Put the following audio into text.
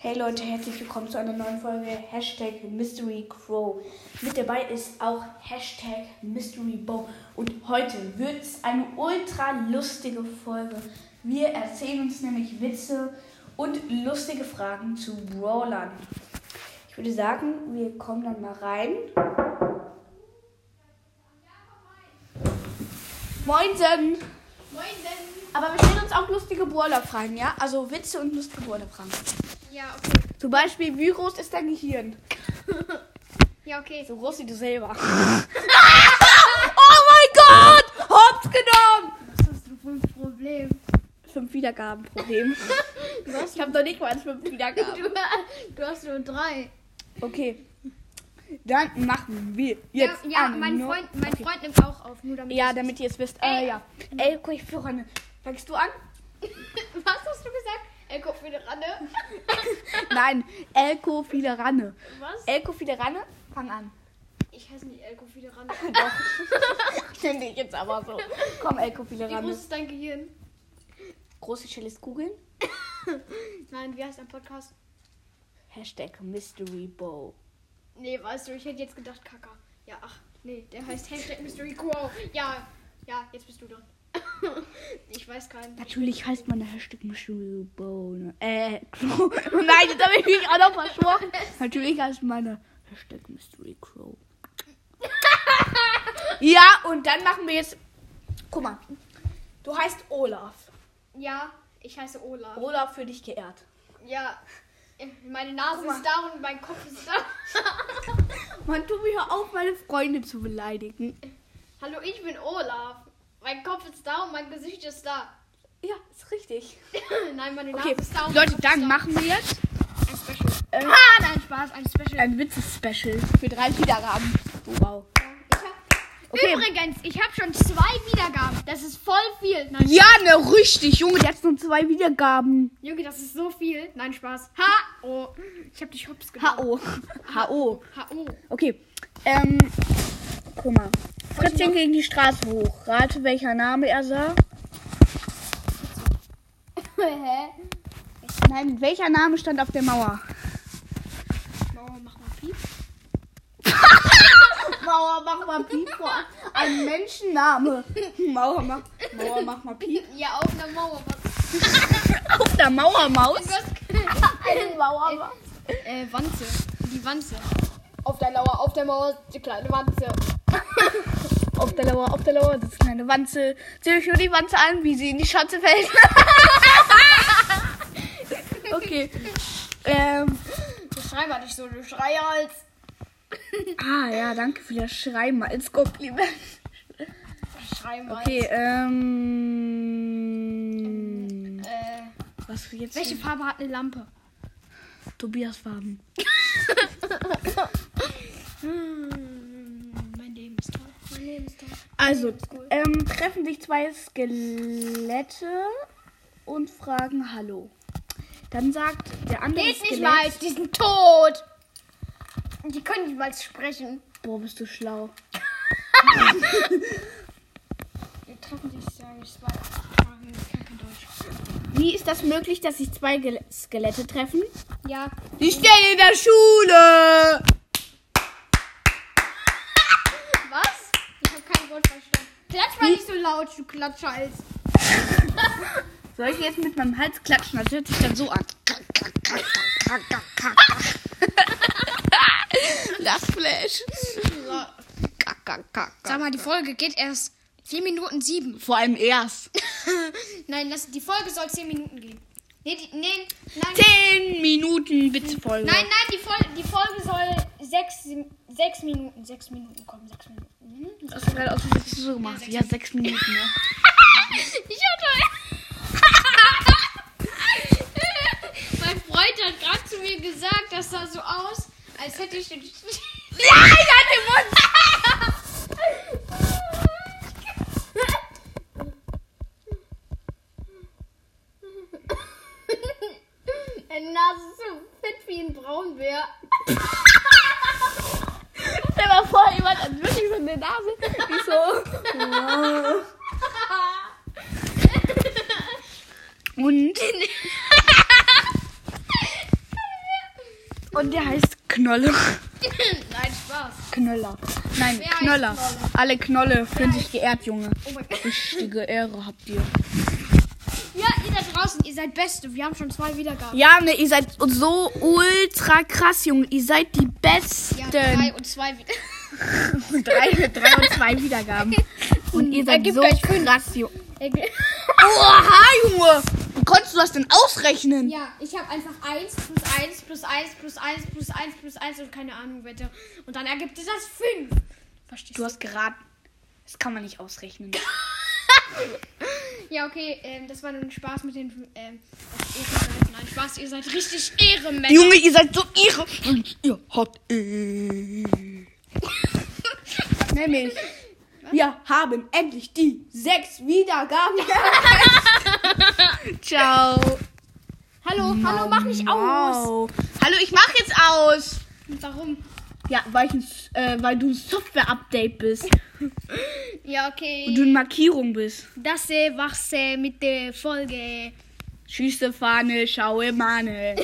Hey Leute, herzlich willkommen zu einer neuen Folge Hashtag Mystery Crow. Mit dabei ist auch Hashtag Mystery Bow. Und heute wird es eine ultra lustige Folge. Wir erzählen uns nämlich Witze und lustige Fragen zu Brawlern. Ich würde sagen, wir kommen dann mal rein. Moinsen! Moinsen! Aber wir stellen uns auch lustige Brawler-Fragen, ja? Also Witze und lustige Brawler-Fragen. Ja, okay. Zum Beispiel, wie groß ist dein Gehirn? Ja, okay. So groß wie du selber. oh mein Gott! Hops genommen! Was hast du für ein Problem? Fünf Wiedergabenproblem. ich habe doch nicht mal fünf Wiedergaben. Du, du hast nur drei. Okay. Dann machen wir jetzt. ja, ja an. mein, No- Freund, mein Freund nimmt auch auf, nur damit. Ja, ich- damit ihr es wisst. Äh, Ey. ja. Ey, guck, ich führe eine. Fängst du an? Was hast du gesagt? Ey, guck wieder ran. ne? Nein, Elko Filerane. Was? Elko Filerane, fang an. Ich heiße nicht Elko wieder ran. Ich nenne dich jetzt aber so. Komm, Elko Wie groß Filerane. ist dein Gehirn? Große Chillis googeln. Nein, wie heißt dein Podcast? Hashtag Mystery Bow. Nee, weißt du, ich hätte jetzt gedacht Kaka. Ja, ach, nee, der heißt Hashtag Mystery Quo. Ja, ja, jetzt bist du dran. ich weiß keinen. Natürlich heißt man der Hashtag Mystery Bone. Äh, Crow. Nein, jetzt habe ich mich auch noch versprochen. Natürlich heißt man der Hashtag Mystery Crow. ja, und dann machen wir jetzt. Guck mal. Du heißt Olaf. Ja, ich heiße Ola. Olaf für dich geehrt. Ja, meine Nase Guck mal. ist da und mein Kopf ist da. Mann, tu mir auf, meine Freunde zu beleidigen. Hallo, ich bin Olaf. Mein Kopf ist da und mein Gesicht ist da. Ja, ist richtig. Nein, meine Nase Okay, ist da. und mein Leute, Kopf dann ist da. machen wir jetzt ein Special. Äh. ah, nein, Spaß, ein Special. ein Witzes-Special für drei Wiedergaben. Oh, Wow. Ich hab, Okay. Übrigens, ich habe schon zwei Wiedergaben. Das ist voll viel. Nein, Ja, ne, richtig, Junge, der hat nur zwei Wiedergaben. Junge, das ist so viel. Nein, Spaß. Ha! Oh, ich habe dich hops genommen. H.O. H.O. H.O. Okay. Ähm, guck mal. Fritzchen gegen die Straße hoch. Rate, welcher Name er sah. Hä? Nein, welcher Name stand auf der Mauer? Mauer, mach mal Piep. Mauer, mach mal Piep. Ein Menschenname. Mauer, mach, Mauer, mach mal Piep. Ja, auf einer Mauer. Was? Auf der Mauer, Maus. was- Eine Mauer, Maus. äh, Wanze. Die Wanze. Auf der Lauer, auf der Mauer, die kleine Wanze. auf der Lauer, auf der Lauer, das kleine Wanze. Zieh euch nur die Wanze an, wie sie in die Schanze fällt. okay. Ähm, Du schrei mal nicht so, du Schreihals. Ah, ja, danke für das Schreiben als Kompliment. Schrei mal. Okay, ähm. Äh, Was für jetzt? welche Farbe hat eine Lampe? Tobias Farben? Hm, Mein Leben ist toll. Mein Leben ist toll. Also, ähm, treffen sich zwei Skelette und fragen Hallo. Dann sagt der andere Geht nicht Skelett, mal, die sind tot. Die können nicht mal sprechen. boah, bist du schlau. Wir treffen sich, sage ich, zwei Sprachen. Ich kann kein Deutsch. Wie ist das möglich, dass sich zwei Gel Skelette treffen? Ja. Die stehen in der Schule. Was? Ich habe kein Wort verstanden. Klatsch mal nicht so laut, du Klatschhals. Soll ich jetzt mit meinem Hals klatschen? Das hört sich dann so an. Lachflash. Sag mal, die Folge geht erst 4 Minuten 7. Vor allem erst. Nein, lass, die Folge soll 10 Minuten gehen. Nee, die, nee, nein. Zehn Minuten Witzfolge. Nein, nein, die Folge, die Folge soll sechs, sechs Minuten, sechs Minuten kommen, sechs Minuten. Mhm. Hast du gerade aus dem halt so gemacht? Ja, sechs Minuten. Ne? Ich hatte... mein Freund hat gerade zu mir gesagt, das sah so aus, als hätte ich den... Nein, an den Mund! Meine Nase ist so fit wie ein Braunbär. Stell mal vor, jemand hat wirklich so eine Nase. Die so. Und. Und der heißt Knolle. Nein, Spaß. Knöller. Nein, Wer heißt Knoller. Knolle? Alle Knolle fühlen sich geehrt, Junge. Oh mein Gott. Richtige Ehre habt ihr. Ja, ihr da draußen, ihr seid Beste. Wir haben schon zwei Wiedergaben. Ja, ne, ihr seid so ultra krass, Junge. Ihr seid die Besten. Ja, drei und zwei Wiedergaben. drei, drei und zwei Wiedergaben. Und ihr seid Ergibt so gleich krass, Junge. Ergibt- Oha, Junge. Wie konntest du das denn ausrechnen? Ja, ich habe einfach 1 plus 1 plus 1 plus 1 plus 1 plus 1 und keine Ahnung, Wette. Und dann ergibt es das 5. Verstehst Du du? hast geraten. Das kann man nicht ausrechnen. Ja, okay, ähm, das war nur ein Spaß mit den. Ähm, dass ihr seid. Nein, Spaß, ihr seid richtig Ehrenmänner. Junge, ihr seid so irre. Und ihr habt äh. Nämlich. Wir haben endlich die sechs Wiedergaben. Ciao. Hallo, hallo, mach nicht aus. Wow. Hallo, ich mach jetzt aus. Warum? Ja, weil, ich ein, S- äh, weil du ein Software-Update bist. Ja, Und du okay. in Markierung bist. Das äh, war's äh, mit der Folge. Schieße Fahne, schaue Mahne.